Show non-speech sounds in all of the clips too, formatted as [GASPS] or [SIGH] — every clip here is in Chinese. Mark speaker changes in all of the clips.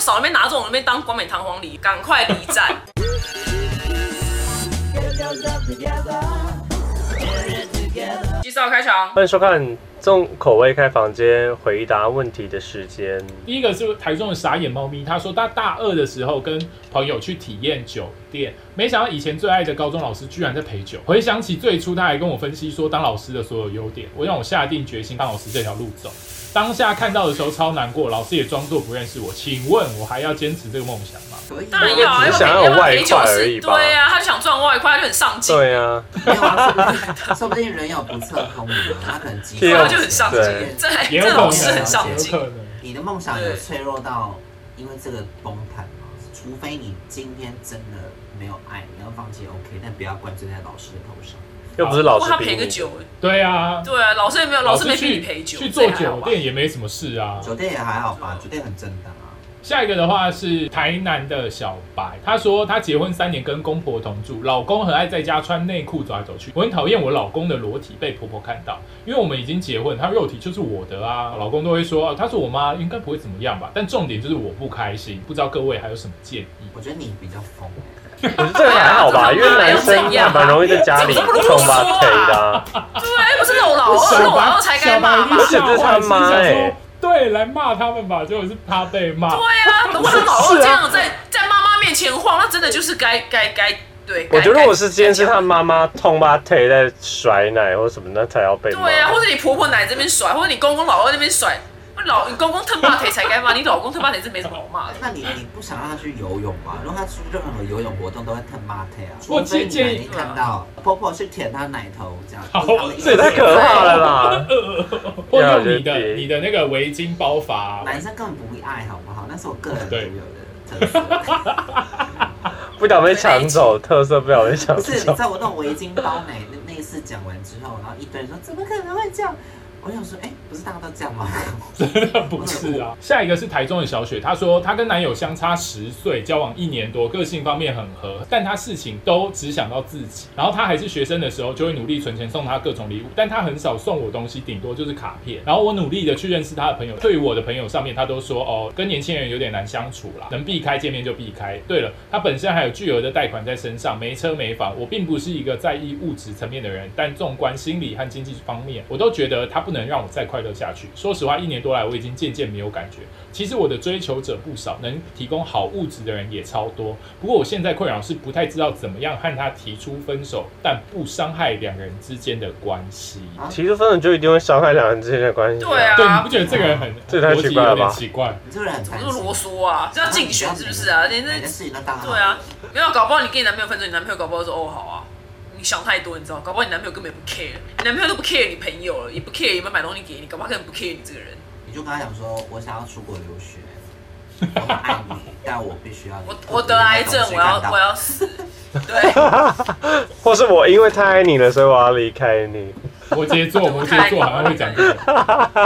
Speaker 1: 草那边拿着我那边当冠冕堂皇理，赶快离站。介绍开场，
Speaker 2: 欢迎收看重口味开房间回答问题的时间。
Speaker 3: 第一个是台中的傻眼猫咪，他说他大二的时候跟朋友去体验酒店，没想到以前最爱的高中老师居然在陪酒。回想起最初，他还跟我分析说当老师的所有优点，我让我下定决心当老师这条路走。当下看到的时候超难过，老师也装作不认识我。请问我还要坚持这个梦想吗？
Speaker 4: 可以
Speaker 1: 当然要啊，
Speaker 2: 只
Speaker 1: 因
Speaker 2: 是
Speaker 1: 为
Speaker 2: 想要有
Speaker 1: 陪
Speaker 2: 外
Speaker 1: 陪酒
Speaker 2: 快而
Speaker 1: 是
Speaker 2: 已吧
Speaker 1: 对啊，他就想赚外快，他就很上进，
Speaker 2: 对啊，
Speaker 4: 没有 [LAUGHS] 啊，说不定说不定人有不测风云，他可能激
Speaker 2: 对
Speaker 1: 他
Speaker 2: 啊
Speaker 1: 就很上进
Speaker 2: 对。
Speaker 1: 这
Speaker 3: 也有
Speaker 1: 这
Speaker 3: 可能
Speaker 1: 老
Speaker 3: 啊，
Speaker 1: 师很上
Speaker 3: 也有
Speaker 1: 进
Speaker 3: 可。能。
Speaker 4: 你的梦想有脆弱到因为这个崩盘吗？除非你今天真的没有爱，你要放弃 OK，但不要怪罪在老师的头上。
Speaker 2: 又不是
Speaker 1: 不
Speaker 2: 老
Speaker 1: 过
Speaker 2: 师
Speaker 1: 哦他
Speaker 2: 逼
Speaker 1: 陪个
Speaker 2: 你。
Speaker 1: 酒，
Speaker 3: 对啊，
Speaker 1: 对啊，老师也没有，老师没逼你
Speaker 3: 去
Speaker 1: 陪酒，
Speaker 3: 去
Speaker 1: 这
Speaker 3: 做
Speaker 1: 还啊好
Speaker 3: 酒
Speaker 1: 吧
Speaker 3: 店也没什么事啊。
Speaker 4: 酒店也还好吧，酒店很正当啊。
Speaker 3: 下一个的话是台南的小白，他说他结婚三年跟公婆同住，老公很爱在家穿内裤走来走去，我很讨厌我老公的裸体被婆婆看到，因为我们已经结婚，他肉体就是我的啊，老公都会说，啊、他是我妈，应该不会怎么样吧？但重点就是我不开心，不知道各位还有什么建议？
Speaker 4: 我觉得你比较疯欸、
Speaker 2: 可是这个还好
Speaker 1: [LAUGHS] 啊
Speaker 2: 吧，因为男生蛮容易在家里冲吧陪的啊、
Speaker 1: 对，不是那种老二，那
Speaker 3: 小
Speaker 1: 种老
Speaker 3: 白
Speaker 1: 二哦才该
Speaker 3: 小
Speaker 1: 骂
Speaker 3: 白
Speaker 1: 吧
Speaker 3: 一？
Speaker 2: 而且这
Speaker 3: 下
Speaker 2: 是他
Speaker 3: 坏，心
Speaker 2: 妈
Speaker 3: 想说
Speaker 2: 欸，
Speaker 3: 对，来骂他们吧，结果是他被骂。
Speaker 1: 对啊，如果他老二
Speaker 2: 是啊
Speaker 1: 这样在在妈妈面前晃，那真的就是该该该对。
Speaker 2: 我
Speaker 1: 该
Speaker 2: 觉得如果是今天
Speaker 1: 该
Speaker 2: 是他妈妈痛吧腿在甩奶或什么，那才要被骂。
Speaker 1: 对啊，或者你婆婆奶这边甩，或者你公公老二那边甩，那老你公公特霸腿才该骂，你老公特霸腿是没什么好骂的。
Speaker 4: 那你你不想让他去游泳吗？如果他出任何游泳活动都会疼骂他啊。
Speaker 3: 我
Speaker 4: 除非你
Speaker 3: 建
Speaker 4: 哪
Speaker 3: 议
Speaker 4: 天看到婆婆去舔他奶头这样。
Speaker 3: 好
Speaker 4: 就是他们
Speaker 3: 这
Speaker 2: 这也太可怕了啦！
Speaker 1: 啊
Speaker 3: 或
Speaker 2: 要有
Speaker 3: 用你
Speaker 2: 人
Speaker 3: 的
Speaker 2: 别
Speaker 3: 你的那个围巾包法，啊
Speaker 4: 男生根本不会爱好不好？那是我个人独
Speaker 3: 对
Speaker 4: 有的特色。
Speaker 2: [LAUGHS] 不小心抢走特色，不小心
Speaker 1: [LAUGHS]
Speaker 2: 抢
Speaker 4: 不是，你
Speaker 2: 走
Speaker 4: 知。道我那种围巾包奶那那一次讲完之后，然后一堆人说怎么可能会这样？我想说，哎、不是大家都这样吗？ [LAUGHS]
Speaker 3: [LAUGHS] 不是啊，下一个是台中的小雪，她说她跟男友相差十岁，交往一年多，个性方面很合，但她事情都只想到自己。然后她还是学生的时候，就会努力存钱送她各种礼物，但她很少送我东西，顶多就是卡片。然后我努力的去认识她的朋友，对于我的朋友上面，她都说哦，跟年轻人有点难相处啦，能避开见面就避开。对了，她本身还有巨额的贷款在身上，没车没房。我并不是一个在意物质层面的人，但纵观心理和经济方面，我都觉得她不能让我再快乐下去。说实话，一年多来我已经渐渐没有感觉。其实我的追求者不少，能提供好物质的人也超多。不过我现在困扰是不太知道怎么样和他提出分手，但不伤害两人之间的关系。
Speaker 4: 啊
Speaker 2: 提出分手就一定会伤害两人之间的关系、
Speaker 1: 对啊
Speaker 3: 对，你不觉得这个人很
Speaker 2: [LAUGHS] 这太
Speaker 3: 逻辑
Speaker 2: 奇怪了
Speaker 3: 有
Speaker 2: 吧
Speaker 3: 点奇怪？
Speaker 4: 你这个人很
Speaker 1: 怎么
Speaker 4: 贪
Speaker 1: 这么
Speaker 4: 心
Speaker 1: 啰嗦啊？这要竞选是不是
Speaker 4: [LAUGHS]
Speaker 1: 啊？你
Speaker 4: 每
Speaker 1: 那
Speaker 4: 件事情都当好
Speaker 1: 对啊，，没有，搞不好你跟你男朋友分手，你男朋友搞不好说哦好啊，你想太多，你知道？搞不好你男朋友根本也不 care，你男朋友都不 care 你朋友了，也不 care 有没有买东西给你，搞不好根本不 care 你这个人。
Speaker 4: 你就跟他讲说，我想要出国留学，我很爱你，但我必须要你
Speaker 1: 我我得癌症，我要我。要死。对，
Speaker 2: 或是我因为太爱你了，所以我要离开你。
Speaker 3: 摩羯座，摩羯座好像会讲这个。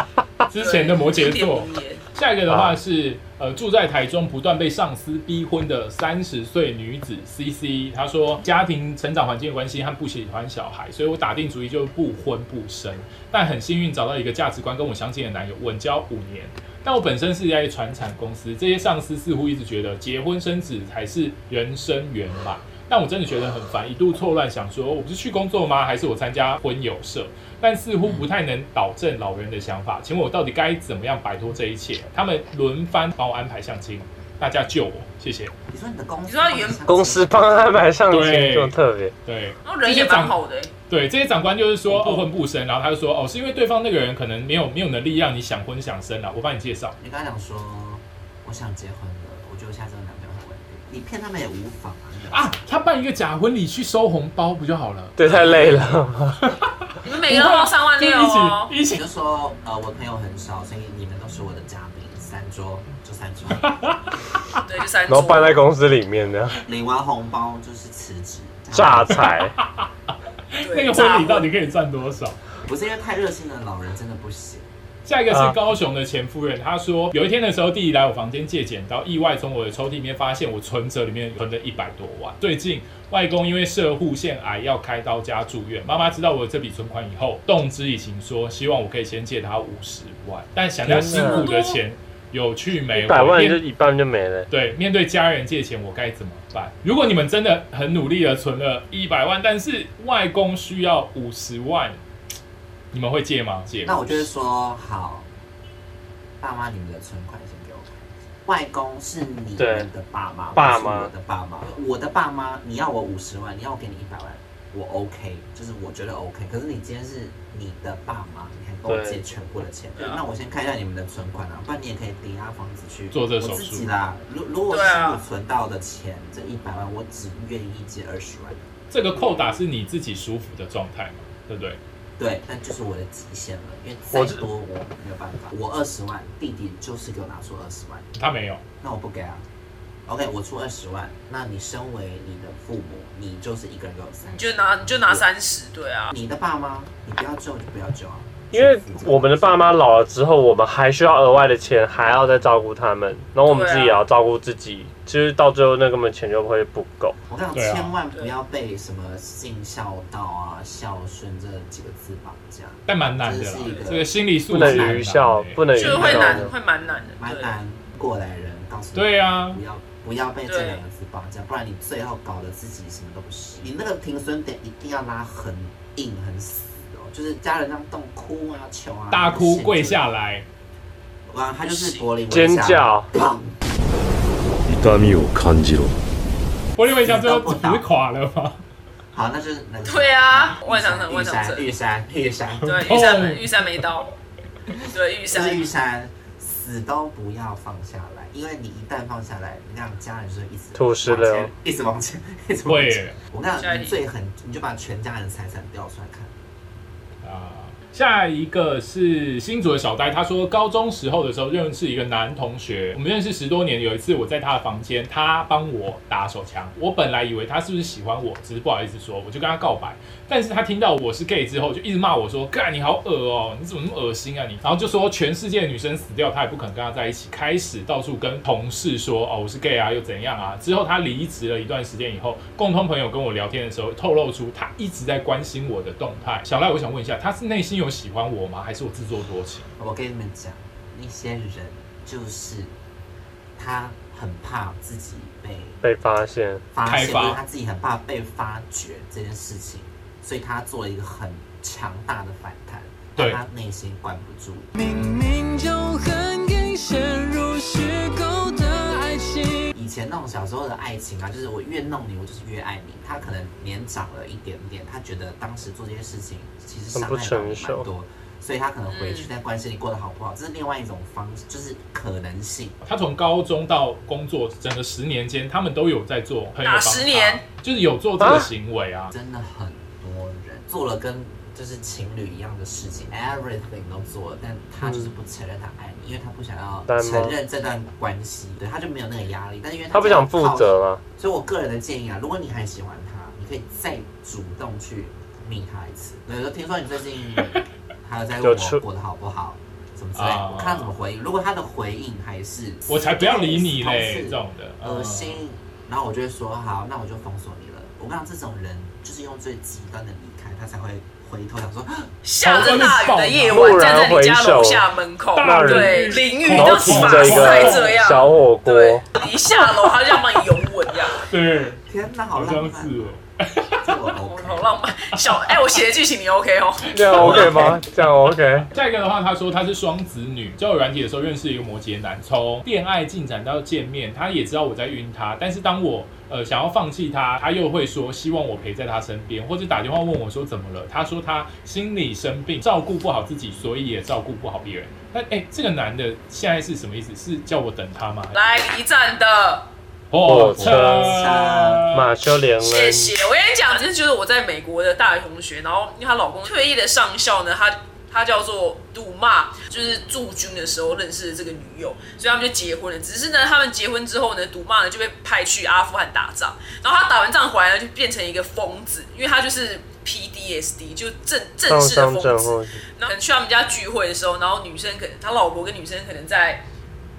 Speaker 3: 之前的摩羯座
Speaker 1: 经典。名言
Speaker 3: 下一个的话是，呃，住在台中不断被上司逼婚的三十岁女子 C C，她说家庭成长环境的关系，她不喜欢小孩，所以我打定主意就不婚不生。但很幸运找到一个价值观跟我相近的男友，稳交五年。但我本身是在传产公司，这些上司似乎一直觉得结婚生子才是人生圆满。但我真的觉得很烦，一度错乱，想说我不是去工作吗？还是我参加婚友社？但似乎不太能导正老人的想法。请问我到底该怎么样摆脱这一切？他们轮番帮我安排相亲，大家救我，谢谢。
Speaker 4: 你说你的公司，
Speaker 1: 你说他原
Speaker 2: 公司帮他安排上
Speaker 3: 对
Speaker 2: 亲，这么特别。
Speaker 3: 对
Speaker 1: 然后人也蛮好的欸、
Speaker 3: 对，这些长官就是说二婚不生，然后他就说哦，是因为对方那个人可能没有没有能力让你想婚想生了，啊我帮你介绍。
Speaker 4: 你跟他讲说，我想结婚了，我觉得我下次的男朋友很稳定，你骗他们也无妨啊。你
Speaker 3: 啊，他办一个假婚礼去收红包不就好了？
Speaker 2: 对，太累了。
Speaker 1: 你们每个人都哎三万六哦。
Speaker 3: 一
Speaker 4: 你
Speaker 3: 起一起
Speaker 4: 就说，呃，我朋友很少，所以你们都是我的嘉宾，三桌就三桌。
Speaker 1: 对，就三
Speaker 2: [LAUGHS] 然后办
Speaker 1: 桌。
Speaker 2: 在公司里面
Speaker 3: [LAUGHS]
Speaker 2: 的
Speaker 4: 领完红包就是辞职，
Speaker 2: 榨财，
Speaker 1: 对
Speaker 3: 那个婚礼到底可以赚多少？
Speaker 4: 不是因为太热心的老人真的不行。
Speaker 3: 下一个
Speaker 2: 啊
Speaker 3: 是高雄的前夫人，她说有一天的时候，弟弟来我房间借剪刀，意外从我的抽屉里面发现我存折里面存了一百多万。最近外公因为射护腺癌要开刀加住院，妈妈知道我有这笔存款以后，动之以情说希望我可以先借他五十万，但想要辛苦的钱。有去没
Speaker 2: 一百
Speaker 3: 回
Speaker 2: 万
Speaker 3: 面
Speaker 2: 就一半就没了。
Speaker 3: 对，面对家人借钱，我该怎么办？如果你们真的很努力的存了一百万，但是外公需要五十万，你们会借吗？借？
Speaker 4: 那我就会说好，爸妈，你们的存款先给我看。外公是你们的爸妈，
Speaker 2: 对
Speaker 4: 不是我的爸妈，我的爸妈，你要我五十万，你要我给你一百万，我 OK，就是我觉得 OK。可是你今天是你的爸妈，你还跟我
Speaker 2: 对
Speaker 4: 借全部的钱，
Speaker 1: 对啊
Speaker 4: 那我先看一下你们的存款啊，不然你也可以抵押房子去
Speaker 3: 做这手术
Speaker 4: 我自己啦。如如果是
Speaker 1: 对啊
Speaker 4: 我存到的钱，这一百万，我只愿意借二十万。
Speaker 3: 这个扣打是你自己舒服的状态嘛，对不对？
Speaker 4: 对，那就是我的极限了，因为
Speaker 2: 我
Speaker 4: 再
Speaker 2: 这
Speaker 4: 多我没有办法。我二十万，弟弟就是给我拿出二十万，
Speaker 3: 他没有，
Speaker 4: 那我不给啊。OK，我出二十万，那你身为你的父母，你就是一个人给我三，
Speaker 1: 你就拿你就拿，三十，对啊，
Speaker 4: 你的爸妈，你不要救就不要救啊，
Speaker 2: 因为我们的爸妈老了之后，我们还需要额外的钱，还要再照顾他们，然后我们自己也要照顾自己，其实到最后那根本钱就会不够。
Speaker 4: 我跟你
Speaker 3: 对啊
Speaker 4: 讲，千万不要被什么尽孝道啊、孝顺这几个字绑架，
Speaker 3: 但蛮难的啦
Speaker 4: 这是一个，
Speaker 3: 这个心理素
Speaker 2: 不
Speaker 3: 质
Speaker 2: 能
Speaker 3: 很难
Speaker 2: 愚孝
Speaker 3: 欸，
Speaker 2: 不能愚
Speaker 1: 就会
Speaker 2: 孝
Speaker 1: 难，
Speaker 2: 的。
Speaker 1: 会蛮难的，
Speaker 4: 蛮
Speaker 1: 对。
Speaker 4: 难过来人告诉你，
Speaker 3: 对啊
Speaker 4: 不要不要被这两个字绑架，不然你最后搞得自己什么都不是。你那个停损点一定要拉很硬很死哦，就是家人这样动哭啊、求啊，
Speaker 3: 大哭跪下
Speaker 4: 来，
Speaker 3: 来，
Speaker 4: 然后他就是玻璃围
Speaker 2: 尖
Speaker 4: 墙
Speaker 2: 叫，
Speaker 4: 砰
Speaker 5: 痛みを感じろ
Speaker 3: 玻璃围墙最后只是垮了吗？
Speaker 4: 好，那就是那个
Speaker 1: 对啊万象城
Speaker 4: 嗯玉山，玉山， [LAUGHS] 玉山，
Speaker 1: 对，
Speaker 3: 痛
Speaker 1: 玉山没玉山没刀，对玉
Speaker 4: 就
Speaker 1: 山
Speaker 4: 是玉山，死都不要放下来，因为你一旦放下来，你让家人就是一直
Speaker 2: 土石流
Speaker 4: 往前，一直往前，一直往
Speaker 3: 会
Speaker 4: 前。
Speaker 3: 欸
Speaker 4: 我跟你
Speaker 1: 下
Speaker 4: 讲，
Speaker 1: 一
Speaker 4: 你
Speaker 1: 题
Speaker 4: 最狠，你就把全家人的财产调出来看。
Speaker 3: 啊。下一个是新竹的小呆，他说高中时候的时候认识一个男同学，我们认识十多年。有一次我在他的房间，他帮我打手枪，我本来以为他是不是喜欢我，只是不好意思说，我就跟他告白。但是他听到我是 gay 之后，就一直骂我说：“干你好恶哦、你怎么那么恶心啊你？”然后就说全世界的女生死掉，他也不肯跟她在一起，开始到处跟同事说：“哦，我是 gay 啊，又怎样啊？”之后他离职了一段时间以后，共同朋友跟我聊天的时候，透露出他一直在关心我的动态。小赖，我想问一下，他是内心有喜欢我吗？还是我自作多情？
Speaker 4: 我跟你们讲，那些人就是他很怕自己被
Speaker 2: 被发现，
Speaker 4: 发
Speaker 3: 开
Speaker 4: 现，
Speaker 3: 发
Speaker 4: 因为他自己很怕被发觉这件事情，所以他做了一个很强大的反弹，
Speaker 3: 对
Speaker 4: 但他内心管不住。
Speaker 6: 明明就很硬，陷入虚构的爱情。
Speaker 4: 以前那种小时候的爱情啊，就是我越弄你，我就是越爱你。他可能年长了一点点，他觉得当时做这些事情其实伤害
Speaker 2: 很不
Speaker 4: 到
Speaker 2: 成
Speaker 4: 你
Speaker 2: 熟
Speaker 4: 蛮多，所以他可能回去再关心你过得好不好，这是另外一种方式，就是可能性。
Speaker 3: 他从高中到工作整个十年间，他们都有在做朋友
Speaker 1: 哪
Speaker 3: 帮
Speaker 1: 10
Speaker 3: 他
Speaker 1: 年，
Speaker 3: 就是有做这个
Speaker 2: 啊
Speaker 3: 行为啊。
Speaker 4: 真的很多人做了跟就是情侣一样的事情，everything 都做了，但他就是不承认他爱你，因为他不想要
Speaker 2: 但吗
Speaker 4: 承认这段关系，对，他就没有那个压力。但是因为
Speaker 2: 他不想负
Speaker 4: 靠
Speaker 2: 责嘛？
Speaker 4: 所以我个人的建议啊，如果你还喜欢他，你可以再主动去密他一次。比如说，听说你最近还有在问
Speaker 2: 就出
Speaker 4: 我过得好不好，什么之类的，
Speaker 3: 啊
Speaker 4: 我看他怎么回应。如果他的回应还是
Speaker 3: 我才不要理你
Speaker 4: 还
Speaker 3: 嘞，
Speaker 4: 是
Speaker 3: 这种的，嗯
Speaker 4: 恶心，然后我就会说好，那我就封锁你了。我跟你讲，这种人就是用最极端的离开，他才会回头想说， [GASPS]
Speaker 1: 下着大雨的夜晚，站在你家楼下门口，
Speaker 3: 大人
Speaker 1: 对，淋雨
Speaker 2: 然
Speaker 1: 到
Speaker 2: 后
Speaker 1: 洒
Speaker 2: 提
Speaker 1: 晒
Speaker 2: 着一
Speaker 1: 这
Speaker 2: 个
Speaker 1: 样，
Speaker 2: 小火锅，
Speaker 1: 对，一下楼他就想帮你拥吻这样，
Speaker 3: 对，
Speaker 4: 天哪，好
Speaker 3: 好
Speaker 4: 浪
Speaker 3: 像
Speaker 4: 漫
Speaker 3: 是
Speaker 4: 哦，
Speaker 3: 哦。
Speaker 4: 这我
Speaker 1: 我
Speaker 4: OK，
Speaker 1: 好浪漫。小哎，我写的剧情你 OK 哦？
Speaker 2: 这样
Speaker 1: [LAUGHS]
Speaker 2: OK 吗？这样 OK？
Speaker 3: 下一个的话，他说他是双子女，交友软体的时候认识一个摩羯男，从恋爱进展到见面，他也知道我在晕他，但是当我呃想要放弃他，他又会说希望我陪在他身边，或者打电话问我说怎么了，他说他心理生病，照顾不好自己，所以也照顾不好别人。那哎、这个男的现在是什么意思？是叫我等他吗？哦
Speaker 1: 来离站的，
Speaker 3: 火车
Speaker 2: 马修连
Speaker 1: 谢
Speaker 2: 恩，
Speaker 1: 谢。我跟你讲，这就是我在美国的大学同学，然后因为她老公退役的上校呢，他他叫做杜骂，就是驻军的时候认识的这个女友，所以他们就结婚了。只是呢，他们结婚之后呢，杜骂呢就被派去阿富汗打仗，然后他打完仗回来呢，就变成一个疯子，因为他就是 PDSD，就正正
Speaker 2: 创
Speaker 1: 式的
Speaker 2: 伤症
Speaker 1: 疯子。
Speaker 2: 候群。
Speaker 1: 那可能去他们家聚会的时候，然后女生可能她老婆跟女生可能在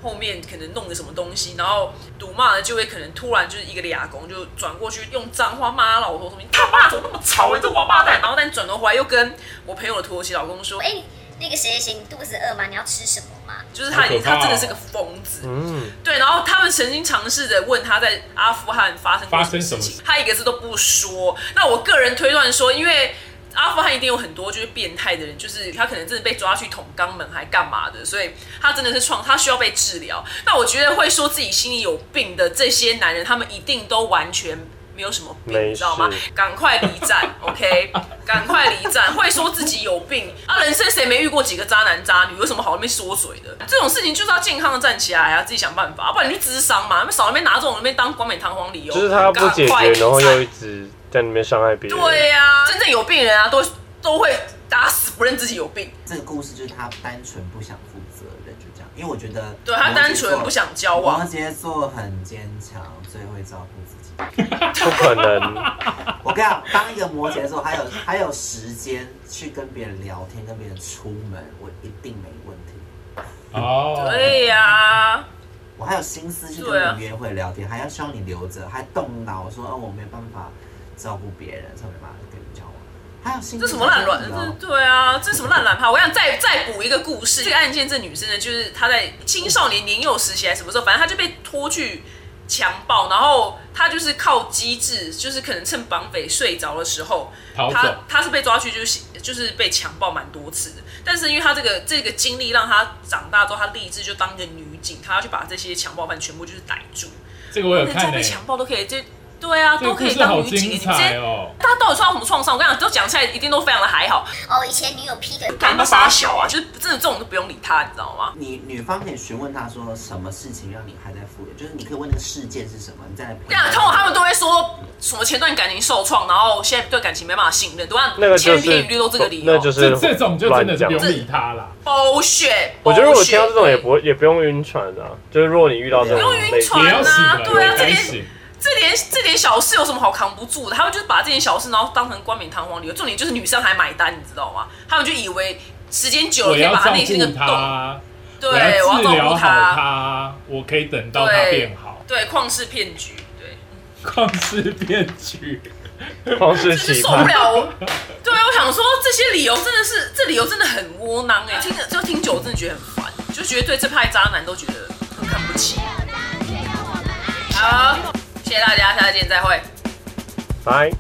Speaker 1: 后面可能弄个什么东西，然后赌骂呢就会可能突然就是一个俩公就转过去用脏话骂他老婆说你他妈怎么那么吵，你这王八蛋！然后但转头回来又跟我朋友的土耳其老公说，哎、
Speaker 7: 哎、那个谁谁，你肚子饿吗？你要吃什么吗？
Speaker 1: 就是他已经
Speaker 3: 好可怕哦
Speaker 1: 他真的是个疯子。
Speaker 2: 嗯，
Speaker 1: 对，然后他们曾经尝试着问他在阿富汗发生过
Speaker 3: 发生什么
Speaker 1: 事
Speaker 3: 事
Speaker 1: 情，他一个字都不说。那我个人推断说，因为阿富汗一定有很多就是变态的人，就是他可能真的被抓去捅肛门还干嘛的，所以他真的是创，他需要被治疗。那我觉得会说自己心里有病的这些男人，他们一定都完全。没有什么病，
Speaker 2: 没
Speaker 1: 你知道吗
Speaker 2: 事？
Speaker 1: 赶快离
Speaker 2: [LAUGHS]
Speaker 1: 战，OK？赶快离战，会说自己有病啊！人生谁没遇过几个渣男渣女？有什么好那边缩嘴的？这种事情就是要健康的站起来啊，自己想办法，不然你去智商嘛，那边少那边拿这种那边当冠冕堂皇理由，
Speaker 2: 就是他不解
Speaker 1: 赶快
Speaker 2: 决，
Speaker 1: 离
Speaker 2: 然后
Speaker 1: 战
Speaker 2: 又一直在里面伤害别人。
Speaker 1: 对呀、真正有病人啊，都都会打死不认自己有病，
Speaker 4: 这个故事就是他单纯不想负责任，就这样。因为我觉得
Speaker 1: 对他单纯不想交
Speaker 4: 摩
Speaker 1: 往。
Speaker 4: 羯座很坚强，最会照顾自己。
Speaker 2: 不可能。
Speaker 1: [LAUGHS]
Speaker 4: 我跟你讲，当一个摩羯座，还有还有时间去跟别人聊天，跟别人出门，我一定没问题。
Speaker 3: 哦，
Speaker 1: 对呀、
Speaker 4: 我还有心思去
Speaker 1: 对啊
Speaker 4: 跟你约会聊天，还要希望你留着，还动脑说，哦，我没办法照顾别人，所以没办法跟你交往。还有心
Speaker 1: 这
Speaker 4: 思
Speaker 1: 什么烂卵？
Speaker 4: 跟你聊
Speaker 3: 嗯
Speaker 1: 这对啊，这什么烂卵炮？我想再再补一个故事。这个案件，这女生呢，就是她在青少年年幼时期还是什么时候，反正她就被拖去强暴，然后她就是靠机智，就是可能趁绑匪睡着的时候，
Speaker 3: 逃走
Speaker 1: 她她是被抓去就是就是被强暴蛮多次的。但是因为她这个这个经历让她长大之后，她立志就当一个女警，她要去把这些强暴犯全部就是逮住。
Speaker 3: 这个我有
Speaker 1: 人家
Speaker 3: 看
Speaker 1: 被
Speaker 3: 诶、
Speaker 1: 强暴都可以，就对啊，
Speaker 3: 哎这个
Speaker 1: 都可
Speaker 3: 故
Speaker 1: 以
Speaker 3: 事
Speaker 1: 当
Speaker 3: 好
Speaker 1: 女警。
Speaker 3: 精
Speaker 1: 你直接
Speaker 3: 彩哦。
Speaker 1: 大家到底受到什么创伤？我跟你讲，都讲出来一定都非常的还好，
Speaker 7: 哦，以前女友劈腿，
Speaker 1: 干他傻小啊，就是真的这种都不用理他，你知道吗？
Speaker 4: 你女方可以询问他说什么事情让你还在复原，就是你可以问那个事件是什么，你再来陪
Speaker 1: 跟你讲，通常他们都会说什么前段感情受创，然后现在对感情没办法信任，对吧？
Speaker 2: 那个就
Speaker 1: 千篇
Speaker 2: 是
Speaker 1: 一律都这个理由，
Speaker 2: 那就是
Speaker 3: 这这种就真的是不
Speaker 2: 乱
Speaker 3: 用
Speaker 2: 讲
Speaker 3: 理他啦。
Speaker 1: bullshit。
Speaker 2: 我觉得我听到这种也不会，也不用晕船啊，就是如果你遇到这种
Speaker 4: 不用
Speaker 1: 晕
Speaker 2: 类
Speaker 1: 船
Speaker 3: 也要醒
Speaker 1: 啊
Speaker 3: 了，
Speaker 1: 对啊
Speaker 3: 我该
Speaker 1: 这些
Speaker 3: 醒。
Speaker 1: 这点这点小事有什么好扛不住的？他们就是把这点小事，然后当成冠冕堂皇理由。重点就是女生还买单，你知道吗？他们就以为时间久了
Speaker 3: 我
Speaker 1: 可以
Speaker 3: 要
Speaker 1: 把
Speaker 3: 照
Speaker 1: 他内心那
Speaker 3: 顾
Speaker 1: 个洞，
Speaker 3: 他，
Speaker 1: 对，
Speaker 3: 我要
Speaker 1: 我要
Speaker 3: 治
Speaker 1: 照
Speaker 3: 疗
Speaker 1: 顾
Speaker 3: 好
Speaker 1: 他，
Speaker 3: 他，我可以等到他
Speaker 1: 对
Speaker 3: 变好，， [LAUGHS]
Speaker 1: 对，旷世骗局，对。
Speaker 3: 旷世骗局。
Speaker 2: 方式
Speaker 1: 真是
Speaker 2: 期
Speaker 1: 受不
Speaker 2: 盼，
Speaker 1: 了我。对，我想说这些理由真的是，这理由真的很窝囊哎、听着就听久，真的觉得很烦，就觉得对这派渣男都觉得很看不起。好，谢谢大家，下次见，再会。
Speaker 2: 拜。